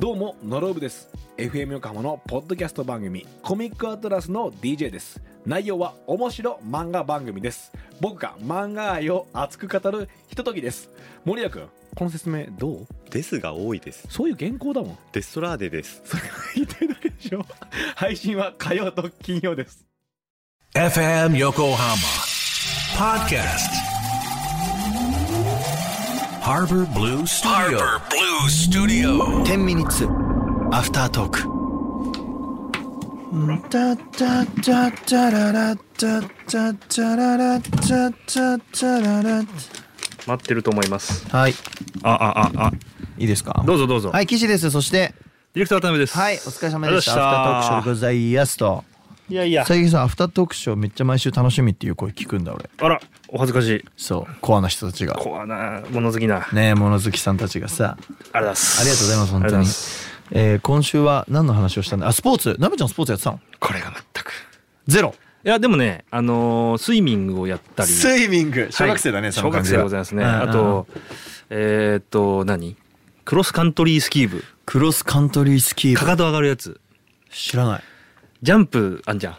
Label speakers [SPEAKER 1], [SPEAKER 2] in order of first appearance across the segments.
[SPEAKER 1] どうもノロブです FM 横浜のポッドキャスト番組コミックアトラスの DJ です内容は面白漫画番組です僕が漫画愛を熱く語るひとときです森谷君この説明どう
[SPEAKER 2] ですが多いです。
[SPEAKER 1] そういう原稿だもん
[SPEAKER 2] デストラーデです。
[SPEAKER 1] それが言ってるだけでしょ配信は火曜と金曜です
[SPEAKER 3] FM Yokohama Podcast Harbor Blue Studio Harbor Blue Studio
[SPEAKER 4] 10ミニッツアフタートークダダダダララダダダララダダダララ
[SPEAKER 5] 待ってると思います。
[SPEAKER 4] はい
[SPEAKER 5] あ、あ、あ、
[SPEAKER 4] いいですか
[SPEAKER 5] あ、どうぞどうぞ。
[SPEAKER 4] はい岸ですそして
[SPEAKER 5] ディレクター渡辺です。
[SPEAKER 4] はいお疲れ様でしたア
[SPEAKER 5] あ
[SPEAKER 4] フタートークショーで
[SPEAKER 5] りがとうございま
[SPEAKER 4] ございますと
[SPEAKER 5] したいやいや。
[SPEAKER 4] 最近さアフタートークショーめっちゃ毎週楽しみっていう声聞くんだ俺
[SPEAKER 5] あら、お恥ずかしい。
[SPEAKER 4] そうコアな人たちが
[SPEAKER 5] こわな、物好きな。あり
[SPEAKER 4] ねえ物好きさんたちがさ
[SPEAKER 5] がとうございます。
[SPEAKER 4] ありがとうございます本当に
[SPEAKER 5] ありがとうございます
[SPEAKER 4] えー今週は何の話をしたんだあスポーツなべちゃんスポーツやってたの
[SPEAKER 5] これが全く。
[SPEAKER 4] ゼロ
[SPEAKER 5] いや、でもね、あのー、スイミングをやったり。
[SPEAKER 4] イミング
[SPEAKER 5] はい
[SPEAKER 4] そ
[SPEAKER 5] 小
[SPEAKER 4] の
[SPEAKER 5] 学
[SPEAKER 4] 感じ
[SPEAKER 5] 生
[SPEAKER 4] は
[SPEAKER 5] でございますね。
[SPEAKER 4] うんうん
[SPEAKER 5] あと、えーっと、何クロスカントリースキー部。
[SPEAKER 4] クロスカントリースキー
[SPEAKER 5] かかと上がるやつ。
[SPEAKER 4] 知らない、
[SPEAKER 5] ジャンプあんじゃ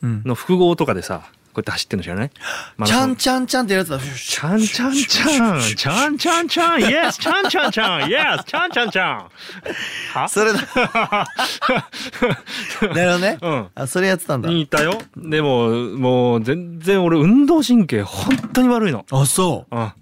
[SPEAKER 4] うん
[SPEAKER 5] ん。の複合とかでさ、こうやって走ってんの知らないマラ
[SPEAKER 4] ち
[SPEAKER 5] ソン
[SPEAKER 4] ゃんちゃんちゃんってやるやつだ
[SPEAKER 5] ちゃんちゃんちゃん、ちゃんちゃんちゃん、イエス、ちゃんちゃんちゃん、イエス、ちゃんちゃんちゃん。は
[SPEAKER 4] それだなるほどね、
[SPEAKER 5] うん
[SPEAKER 4] あそれやってたんだ
[SPEAKER 5] にいたよ。でも、もう全然俺運動神経本当に悪いの。
[SPEAKER 4] あそ
[SPEAKER 5] うん。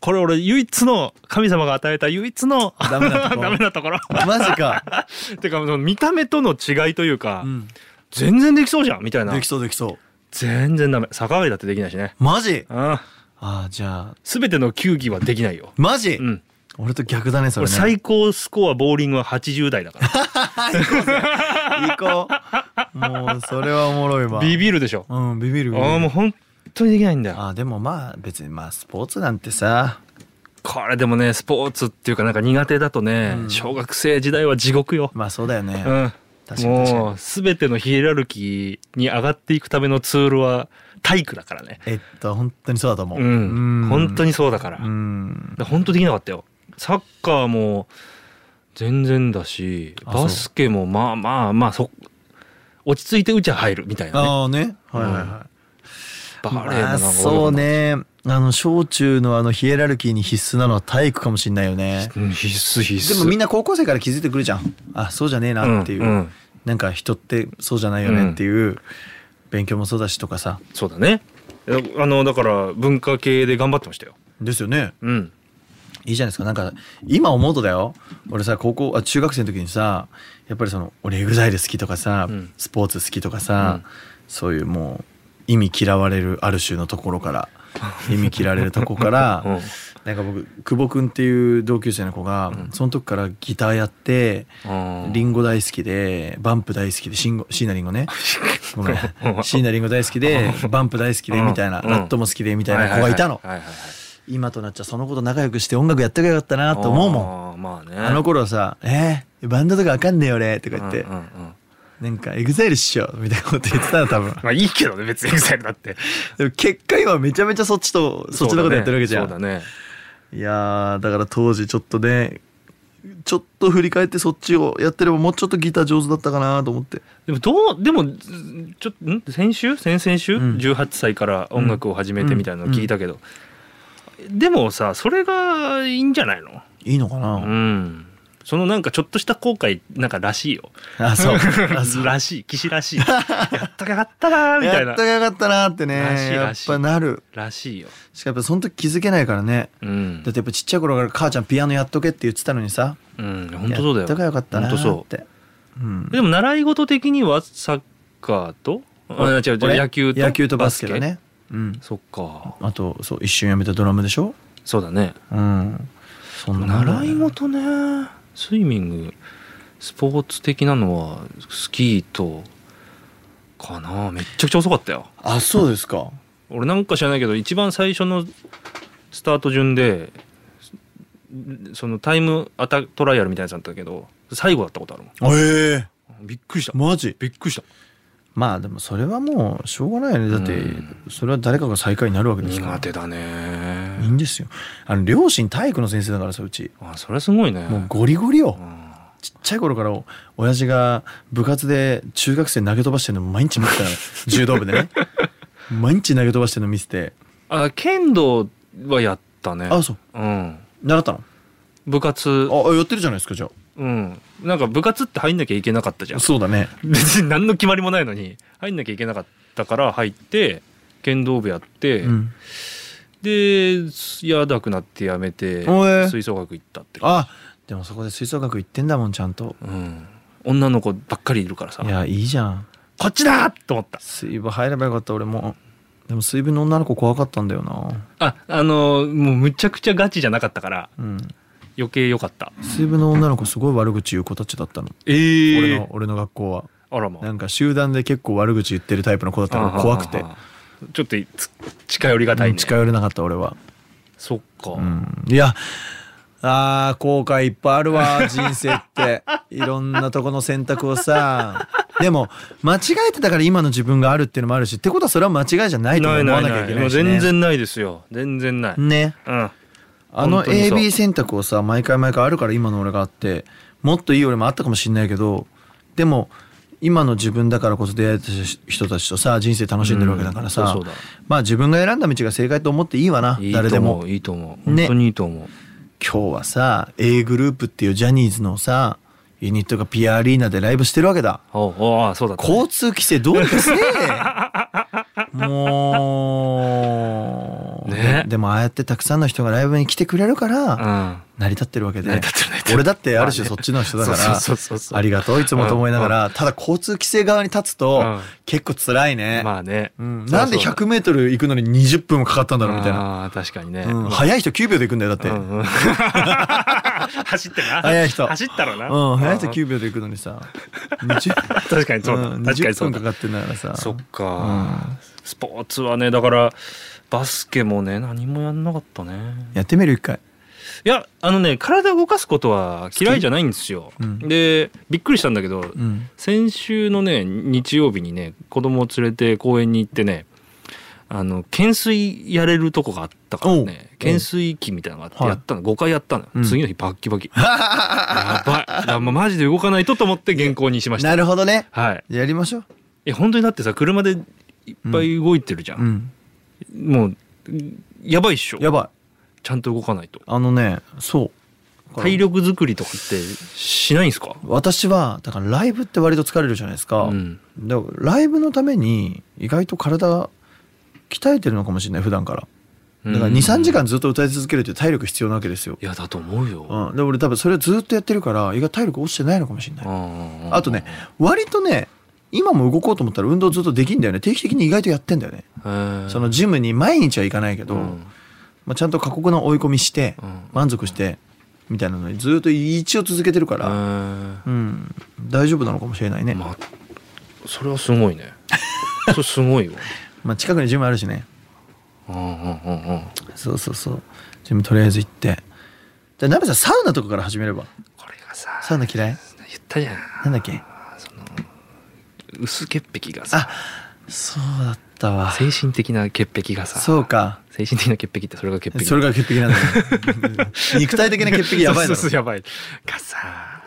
[SPEAKER 5] これ俺唯一の、神様が与えた唯一の
[SPEAKER 4] ダメなと
[SPEAKER 5] ダ
[SPEAKER 4] こ
[SPEAKER 5] メなと ころ。
[SPEAKER 4] うマジか、
[SPEAKER 5] てか、その見た目との違いというか
[SPEAKER 4] う、ん、
[SPEAKER 5] 全然できそうじゃん、みたいな
[SPEAKER 4] で。きそうできそ
[SPEAKER 5] 全然ダメ。逆上がりだってできないしね。
[SPEAKER 4] うマジ
[SPEAKER 5] うん。
[SPEAKER 4] あじゃあ
[SPEAKER 5] すべての球技はできないよ。
[SPEAKER 4] マジ、
[SPEAKER 5] うん。
[SPEAKER 4] 俺と逆だねそれ
[SPEAKER 5] 俺
[SPEAKER 4] ね
[SPEAKER 5] 最高スコア、ボーリングは80代だから。
[SPEAKER 4] 行こうもうそれはおもろいわ
[SPEAKER 5] ビビるでしょ。
[SPEAKER 4] うんビビるビビる
[SPEAKER 5] ああもう本当にできないんだよ
[SPEAKER 4] あでもまあ別にまあスポーツなんてさ
[SPEAKER 5] これでもねスポーツっていうかなんか苦手だとね、小学生時代は地獄よ、
[SPEAKER 4] まあそうだよね、
[SPEAKER 5] うん
[SPEAKER 4] 確かに確かに
[SPEAKER 5] もう全てのヒエラルキーに上がっていくためのツールは体育だからね
[SPEAKER 4] えっと本当にそうだと思う
[SPEAKER 5] うん、本当
[SPEAKER 4] に
[SPEAKER 5] にそうだから、
[SPEAKER 4] う
[SPEAKER 5] だか
[SPEAKER 4] ん
[SPEAKER 5] ら本当できなかったよサッカーも全然だし
[SPEAKER 4] あそう
[SPEAKER 5] バスケもまあまあまあそ落ち着いてうちは入るみたいなね
[SPEAKER 4] ああねはいはいはい、
[SPEAKER 5] バレーもなん
[SPEAKER 4] ま
[SPEAKER 5] か
[SPEAKER 4] あそうねあの小中のあのヒエラルキーに必須なのは体育かもしんないよね
[SPEAKER 5] うん必須必
[SPEAKER 4] で
[SPEAKER 5] 須
[SPEAKER 4] もみんな高校生から気づいてくるじゃんあそうじゃねえなっていう、
[SPEAKER 5] うんうん
[SPEAKER 4] なんか人ってそうじゃないよねっていう、勉強もそうだしとかさ
[SPEAKER 5] そうだねえあのだから文化系で頑張ってましたよ
[SPEAKER 4] ですよね
[SPEAKER 5] うん
[SPEAKER 4] いいじゃないですかなんか今思うとだよ俺さ高校あ中学生の時にさやっぱりその俺エグザイル好きとかさ、
[SPEAKER 5] うん
[SPEAKER 4] スポーツ好きとかさ、
[SPEAKER 5] う
[SPEAKER 4] そういうもう意味嫌われるある種のところ から意味嫌われるとこから、
[SPEAKER 5] うん
[SPEAKER 4] なんか僕久保君っていう同級生の子が、その時からギターやってリ
[SPEAKER 5] ン
[SPEAKER 4] ンゴ大好きでバンプ大好きでシンゴ椎名林檎 ねごめん椎名林檎大好きでバンプ大好きでみたいな、
[SPEAKER 5] うん
[SPEAKER 4] ラットも好きでみたいな子がいたの、
[SPEAKER 5] はいはいはい
[SPEAKER 4] 今となっちゃその子と仲良くして音楽やってくよかったなと思うもん
[SPEAKER 5] んまあね
[SPEAKER 4] あの頃はさ「えー、バンドとかわかんねえよ俺」とか言って
[SPEAKER 5] うんうんうん
[SPEAKER 4] 「なんかエグザイルっしょ」みたいなこと言ってたの多分
[SPEAKER 5] まあいいけどね別にエグザイルだって
[SPEAKER 4] でも結果今めちゃめちゃそっちとそっちのことやってるわけじゃん、
[SPEAKER 5] そうだね
[SPEAKER 4] いやーだから当時ちょっとねちょっと振り返ってそっちをやってればもうちょっとギター上手だったかなと思って
[SPEAKER 5] でもどうでもずちょっとん先週先々週、
[SPEAKER 4] うん
[SPEAKER 5] 18歳から音楽を始めてみたいなの聞いたけど、でもさそれがいいんじゃないの
[SPEAKER 4] いいのかな、
[SPEAKER 5] うんそのなんかちょっとした後悔なんからしいよ
[SPEAKER 4] あそう あそう
[SPEAKER 5] らしい騎士らしいやっとかかったなー みたい
[SPEAKER 4] や
[SPEAKER 5] な
[SPEAKER 4] っとよかったなってね
[SPEAKER 5] らしい
[SPEAKER 4] や
[SPEAKER 5] ら
[SPEAKER 4] っ
[SPEAKER 5] しい
[SPEAKER 4] ぱなる
[SPEAKER 5] らしいよ、
[SPEAKER 4] しかもやっぱその時気づけないからね
[SPEAKER 5] うん
[SPEAKER 4] だってやっぱちっちゃい頃から母ちゃんピアノやっとけって言ってたのにさ
[SPEAKER 5] うん、本当そうだよ
[SPEAKER 4] やっとかよかったな
[SPEAKER 5] 本当
[SPEAKER 4] ーっ
[SPEAKER 5] そ
[SPEAKER 4] てうん
[SPEAKER 5] うでも習い事的にはサッカーとあ違う違う
[SPEAKER 4] 俺
[SPEAKER 5] 野球と
[SPEAKER 4] 野球とバスケだねうん
[SPEAKER 5] そっか
[SPEAKER 4] あとそう一瞬やめたドラムでしょ
[SPEAKER 5] そうだね
[SPEAKER 4] うんそんなもんだよ
[SPEAKER 5] 習い事ねスイミングスポーツ的なのはスキーとかなめっちゃくちゃ遅かったよ
[SPEAKER 4] あそうですか
[SPEAKER 5] 俺なんか知らないけど一番最初のスタート順でそのタイムアタトライアルみたいなやつだったけど最後だったことあるも
[SPEAKER 4] ええ
[SPEAKER 5] んびっくりした
[SPEAKER 4] マジ
[SPEAKER 5] びっくりした
[SPEAKER 4] まあでもそれはもうしょうがないよねだって
[SPEAKER 5] うん
[SPEAKER 4] それは誰かが最下位になるわけですから
[SPEAKER 5] 苦手だ
[SPEAKER 4] いいん
[SPEAKER 5] ね
[SPEAKER 4] ですよあの両親体育の先生だからさうち
[SPEAKER 5] あそれすごいね
[SPEAKER 4] もうゴリゴリよ
[SPEAKER 5] うん
[SPEAKER 4] ちっちゃい頃からお親父が部活で中学生投げ飛ばしてるの毎日見て たの柔道部でね毎日投げ飛ばしてるの見てて
[SPEAKER 5] あ剣道はやったね
[SPEAKER 4] あそう
[SPEAKER 5] うん
[SPEAKER 4] 習ったの
[SPEAKER 5] 部活
[SPEAKER 4] ああやってるじゃないですかじゃ
[SPEAKER 5] うんなんか部活って入んなきゃいけなかったじゃん
[SPEAKER 4] あそうだね
[SPEAKER 5] 別に何の決まりもないのに入んなきゃいけなかったから入って剣道部やって、
[SPEAKER 4] うん
[SPEAKER 5] で嫌だくなってやめて
[SPEAKER 4] おえ
[SPEAKER 5] 吹奏楽行ったって、
[SPEAKER 4] あでもそこで吹奏楽行ってんだもんちゃんと
[SPEAKER 5] うん、女の子ばっかりいるからさ
[SPEAKER 4] いやいいじゃん
[SPEAKER 5] こっちだと思った
[SPEAKER 4] 水分入ればよかった俺もでも水分の女の子怖かったんだよな
[SPEAKER 5] ああのーもうむちゃくちゃガチじゃなかったから
[SPEAKER 4] うん
[SPEAKER 5] 余計良かった
[SPEAKER 4] 水分の女の子すごい悪口言う子たちだったの、
[SPEAKER 5] え
[SPEAKER 4] 俺
[SPEAKER 5] え
[SPEAKER 4] の俺の学校は
[SPEAKER 5] あらま
[SPEAKER 4] なんか集団で結構悪口言ってるタイプの子だったから怖くて、
[SPEAKER 5] あははちょっとつ近寄りがたい
[SPEAKER 4] うん
[SPEAKER 5] ね
[SPEAKER 4] 近寄れなかった俺は、
[SPEAKER 5] そっか、
[SPEAKER 4] うん、いやあー後悔いっぱいある わ人生っていろんなとこの選択をさでも間違えてたから今の自分があるっていうのもあるしってことはそれは間違いじゃないと
[SPEAKER 5] ない
[SPEAKER 4] 思
[SPEAKER 5] な
[SPEAKER 4] わ
[SPEAKER 5] い
[SPEAKER 4] なき
[SPEAKER 5] な
[SPEAKER 4] ゃい
[SPEAKER 5] い
[SPEAKER 4] け
[SPEAKER 5] も
[SPEAKER 4] な
[SPEAKER 5] う
[SPEAKER 4] いし、ね、
[SPEAKER 5] 全然ないですよ全然ない、
[SPEAKER 4] ね
[SPEAKER 5] うん
[SPEAKER 4] あの
[SPEAKER 5] 本当にそう
[SPEAKER 4] AB 選択をさ毎回毎回あるから今の俺があってもっといい俺もあったかもしんないけどでも今の自分だからこそ出会えた人たちとさ人生楽しんでるわけだから
[SPEAKER 5] うん
[SPEAKER 4] さ
[SPEAKER 5] そうそうだ
[SPEAKER 4] まあ自分が選んだ道が正解と思っていいわない
[SPEAKER 5] いと思
[SPEAKER 4] 誰
[SPEAKER 5] う
[SPEAKER 4] でも
[SPEAKER 5] いいと思う
[SPEAKER 4] ね
[SPEAKER 5] 本当にいいと思う、
[SPEAKER 4] 今日はさ A グループっていうジャニーズのさユニットがピアアリーナでライブしてるわけだ
[SPEAKER 5] おうおうああそうだった
[SPEAKER 4] 交通規制どうにか せえもう
[SPEAKER 5] ね
[SPEAKER 4] でもああやってたくさんの人がライブに来てくれるから、
[SPEAKER 5] うん
[SPEAKER 4] 成り立ってるわけで
[SPEAKER 5] 成り立ってる成り立ってる
[SPEAKER 4] 俺だってある種そっちの人だから
[SPEAKER 5] そうそうそうそう
[SPEAKER 4] ありがとういつもと思いながら、ただ交通規制側に立つと、
[SPEAKER 5] うん
[SPEAKER 4] 結構辛いね、
[SPEAKER 5] まあね、
[SPEAKER 4] うんなんで 100m 行くのに20分もかかったんだろうみたいな、
[SPEAKER 5] ああ確かにね、
[SPEAKER 4] うん早い人9秒で行くんだよだって、
[SPEAKER 5] うんうん 走って な
[SPEAKER 4] 早い人
[SPEAKER 5] 走ったろな
[SPEAKER 4] うん、早い人
[SPEAKER 5] うん
[SPEAKER 4] 9秒で行くのにさ 20,
[SPEAKER 5] 確かに そうだ、
[SPEAKER 4] うん
[SPEAKER 5] 確か
[SPEAKER 4] 20
[SPEAKER 5] にそう
[SPEAKER 4] 分
[SPEAKER 5] だ
[SPEAKER 4] かかってんだからさ
[SPEAKER 5] そっか、スポーツはねだからバスケもね何もやんなかったね
[SPEAKER 4] やってみる一回
[SPEAKER 5] いやあのね体動かすことは嫌いじゃないんですよ、
[SPEAKER 4] うん
[SPEAKER 5] でびっくりしたんだけど、
[SPEAKER 4] うん
[SPEAKER 5] 先週のね日曜日にね子供を連れて公園に行ってねあの懸垂やれるとこがあったから
[SPEAKER 4] おう
[SPEAKER 5] ね懸垂機みたいなのがあって
[SPEAKER 4] はい
[SPEAKER 5] やったの、5回やったのよ、
[SPEAKER 4] うん
[SPEAKER 5] 次の日バッキ バキやばいだからもうマジで動かないとと思って原稿にしました
[SPEAKER 4] なるほどね
[SPEAKER 5] はい
[SPEAKER 4] やりましょう
[SPEAKER 5] え本当にだってさ車でいっぱい動いてるじゃ、
[SPEAKER 4] うんん
[SPEAKER 5] もうやばいっしょ
[SPEAKER 4] やばい
[SPEAKER 5] ちゃんと動かないと
[SPEAKER 4] あのねそう
[SPEAKER 5] 体力作りとかってしないんすか
[SPEAKER 4] 私はだからライブって割と疲れるじゃないですか、
[SPEAKER 5] うん
[SPEAKER 4] でライブのために意外と体鍛えてるのかもしれない普段からだから
[SPEAKER 5] うん
[SPEAKER 4] 23時間ずっと歌い続けるという体力必要なわけですよ、
[SPEAKER 5] いやだと思うよ、
[SPEAKER 4] うん、で俺多分それをずっとやってるから意外と体力落ちてないのかもしれない
[SPEAKER 5] あー
[SPEAKER 4] あとね割とね今も動こうと思ったら運動ずっとできんだよね定期的に意外とやってんだよね、
[SPEAKER 5] へー
[SPEAKER 4] そのジムに毎日は行かないけど、
[SPEAKER 5] うん
[SPEAKER 4] まあ、ちゃんと過酷な追い込みして、
[SPEAKER 5] うん
[SPEAKER 4] 満足してみたいなのにずっと一応続けてるから、
[SPEAKER 5] へ
[SPEAKER 4] うん、大丈夫なのかもしれないね、
[SPEAKER 5] ーまあそれはすごい ねそれすごいわ
[SPEAKER 4] まあ、近くにジムあるしね
[SPEAKER 5] うんうんうんうん
[SPEAKER 4] そうそうそうジムとりあえず行ってじゃあ鍋さんサウナとかから始めれば
[SPEAKER 5] これがさ
[SPEAKER 4] サウナ嫌い
[SPEAKER 5] 言ったじゃん
[SPEAKER 4] なんだっけ
[SPEAKER 5] 薄潔癖がさ
[SPEAKER 4] そうだったわ
[SPEAKER 5] 精神的な潔癖がさ
[SPEAKER 4] そうか
[SPEAKER 5] 精神的な潔癖ってそれが潔癖
[SPEAKER 4] それが潔癖なんだね 肉体的な潔癖やばいだろ
[SPEAKER 5] そうそうそうやばいがさ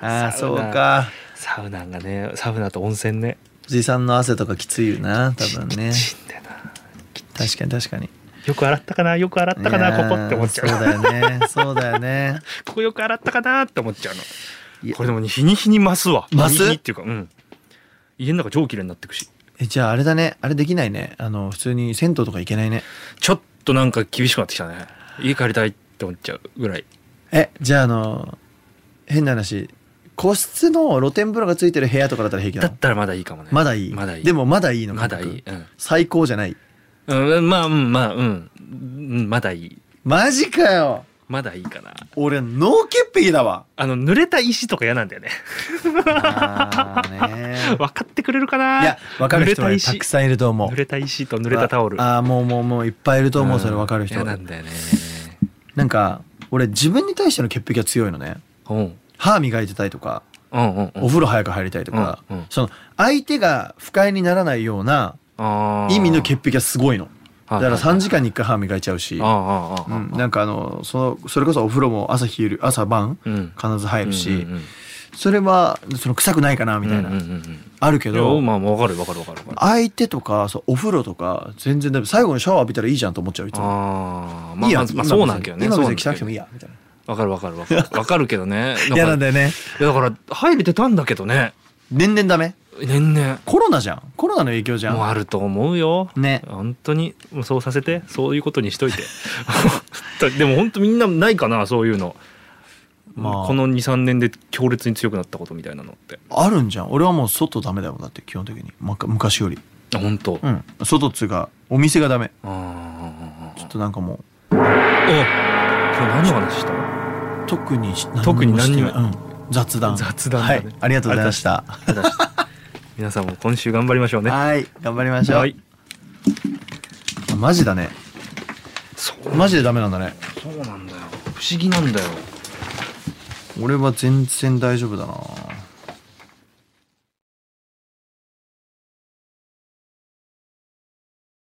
[SPEAKER 4] ああ
[SPEAKER 5] サ
[SPEAKER 4] そ
[SPEAKER 5] ウ
[SPEAKER 4] う
[SPEAKER 5] ナ
[SPEAKER 4] か
[SPEAKER 5] サウナがねサウナと温泉ね
[SPEAKER 4] おじさんの汗とかきついよな多分ね
[SPEAKER 5] きちんだよな
[SPEAKER 4] 確かに確かに
[SPEAKER 5] よく洗ったかなよく洗ったか
[SPEAKER 4] いや
[SPEAKER 5] な
[SPEAKER 4] ー
[SPEAKER 5] ここって思っちゃう
[SPEAKER 4] そうだよねそうだよね
[SPEAKER 5] ここよく洗ったかなって思っちゃう
[SPEAKER 4] い
[SPEAKER 5] の
[SPEAKER 4] や
[SPEAKER 5] これでもね日に日に増すわ
[SPEAKER 4] 増す
[SPEAKER 5] 日に日にっていうかうん家の中超綺麗になってくし
[SPEAKER 4] えじゃああれだねあれできないねあの普通に銭湯とか行けないね
[SPEAKER 5] ちょっとなんか厳しくなってきたね家帰りたいって思っちゃうぐらい
[SPEAKER 4] えじゃああの変な話個室の露天風呂がついてる部屋とかだったら平気
[SPEAKER 5] だ
[SPEAKER 4] な
[SPEAKER 5] っ
[SPEAKER 4] の
[SPEAKER 5] たらまだいいかもね
[SPEAKER 4] まだいい
[SPEAKER 5] まだいい
[SPEAKER 4] でもまだいいの
[SPEAKER 5] まだいい
[SPEAKER 4] 感覚最高じゃない
[SPEAKER 5] うん、うん、まあうんまあうんうんまだいい
[SPEAKER 4] マジかよ
[SPEAKER 5] まだいいかな
[SPEAKER 4] 俺脳潔癖だ わ
[SPEAKER 5] あの濡れた石とか嫌なんだよね
[SPEAKER 4] あーね
[SPEAKER 5] 分かってくれるかない
[SPEAKER 4] や分かる人
[SPEAKER 5] 濡
[SPEAKER 4] は
[SPEAKER 5] れ
[SPEAKER 4] ね
[SPEAKER 5] た
[SPEAKER 4] た
[SPEAKER 5] 石
[SPEAKER 4] くさんいると思う
[SPEAKER 5] 濡れた石と濡れたタオル
[SPEAKER 4] ああもうもうもういっぱいいると思うそれ
[SPEAKER 5] ん
[SPEAKER 4] 分かる人
[SPEAKER 5] 嫌な
[SPEAKER 4] なん
[SPEAKER 5] だよね
[SPEAKER 4] んか俺自分に対しての潔癖が強いのね
[SPEAKER 5] うんうん
[SPEAKER 4] 歯磨いてたいとか
[SPEAKER 5] うんうん
[SPEAKER 4] お風呂早く入りたいとか、
[SPEAKER 5] うんうん
[SPEAKER 4] その相手が不快にならないような
[SPEAKER 5] あー
[SPEAKER 4] 意味の潔癖がすごいのだ
[SPEAKER 5] はい
[SPEAKER 4] から3時
[SPEAKER 5] 間
[SPEAKER 4] 間に1回歯磨いちゃうし、
[SPEAKER 5] ああああ
[SPEAKER 4] う
[SPEAKER 5] ああ
[SPEAKER 4] ん、なんかあのそのそれこそお風呂も朝昼朝晩
[SPEAKER 5] うん
[SPEAKER 4] 必ず入るし、
[SPEAKER 5] うんうんうん
[SPEAKER 4] それはその臭くないかなみたいな、
[SPEAKER 5] うんうんうん
[SPEAKER 4] あるけ
[SPEAKER 5] うん、いや
[SPEAKER 4] ど
[SPEAKER 5] まあわかるわかるわかるわかる
[SPEAKER 4] 相手とかそうお風呂とか全然ダメ最後にシャワー浴びたらいいじゃんと思っちゃういつも。
[SPEAKER 5] あーまあ
[SPEAKER 4] いいや
[SPEAKER 5] まあ、まあ、そうなんだけどね
[SPEAKER 4] 今
[SPEAKER 5] そう
[SPEAKER 4] 別
[SPEAKER 5] な
[SPEAKER 4] に来なく
[SPEAKER 5] んだけ
[SPEAKER 4] て
[SPEAKER 5] ど
[SPEAKER 4] もいいやみたいな
[SPEAKER 5] わかるわかるわか るわかるけどね
[SPEAKER 4] いやなん
[SPEAKER 5] か
[SPEAKER 4] だよね
[SPEAKER 5] いやだから入れてたんだけどね
[SPEAKER 4] 年々ダメ
[SPEAKER 5] 年々
[SPEAKER 4] コロナじゃんコロナの影響じゃ
[SPEAKER 5] もうんあると思うよ
[SPEAKER 4] ね
[SPEAKER 5] 本当にもうそうさせてそういうことにしといて 本当にでも本当みんなないかなそういうの、
[SPEAKER 4] まあ
[SPEAKER 5] この23年で強烈に強くなったことみたいなのって
[SPEAKER 4] あるんじゃん俺はもう外ダメだもんだって基本的にまか昔より
[SPEAKER 5] あ本当、
[SPEAKER 4] うん外っつうかお店がダメ
[SPEAKER 5] あー
[SPEAKER 4] ちょっとなんかも
[SPEAKER 5] お今日何の話したのあ
[SPEAKER 4] う特にし
[SPEAKER 5] 特に
[SPEAKER 4] して
[SPEAKER 5] 何にも
[SPEAKER 4] ないうん雑談
[SPEAKER 5] 雑談だ
[SPEAKER 4] は
[SPEAKER 5] ね
[SPEAKER 4] いありがとうございました
[SPEAKER 5] りがとうございました皆さんも今週頑張りましょうね
[SPEAKER 4] はい頑張りましょう、
[SPEAKER 5] はい
[SPEAKER 4] あマジだね
[SPEAKER 5] そう
[SPEAKER 4] マジでダメなんだね
[SPEAKER 5] そうなんだよ不思議なんだよ
[SPEAKER 4] 俺は全然大丈夫だな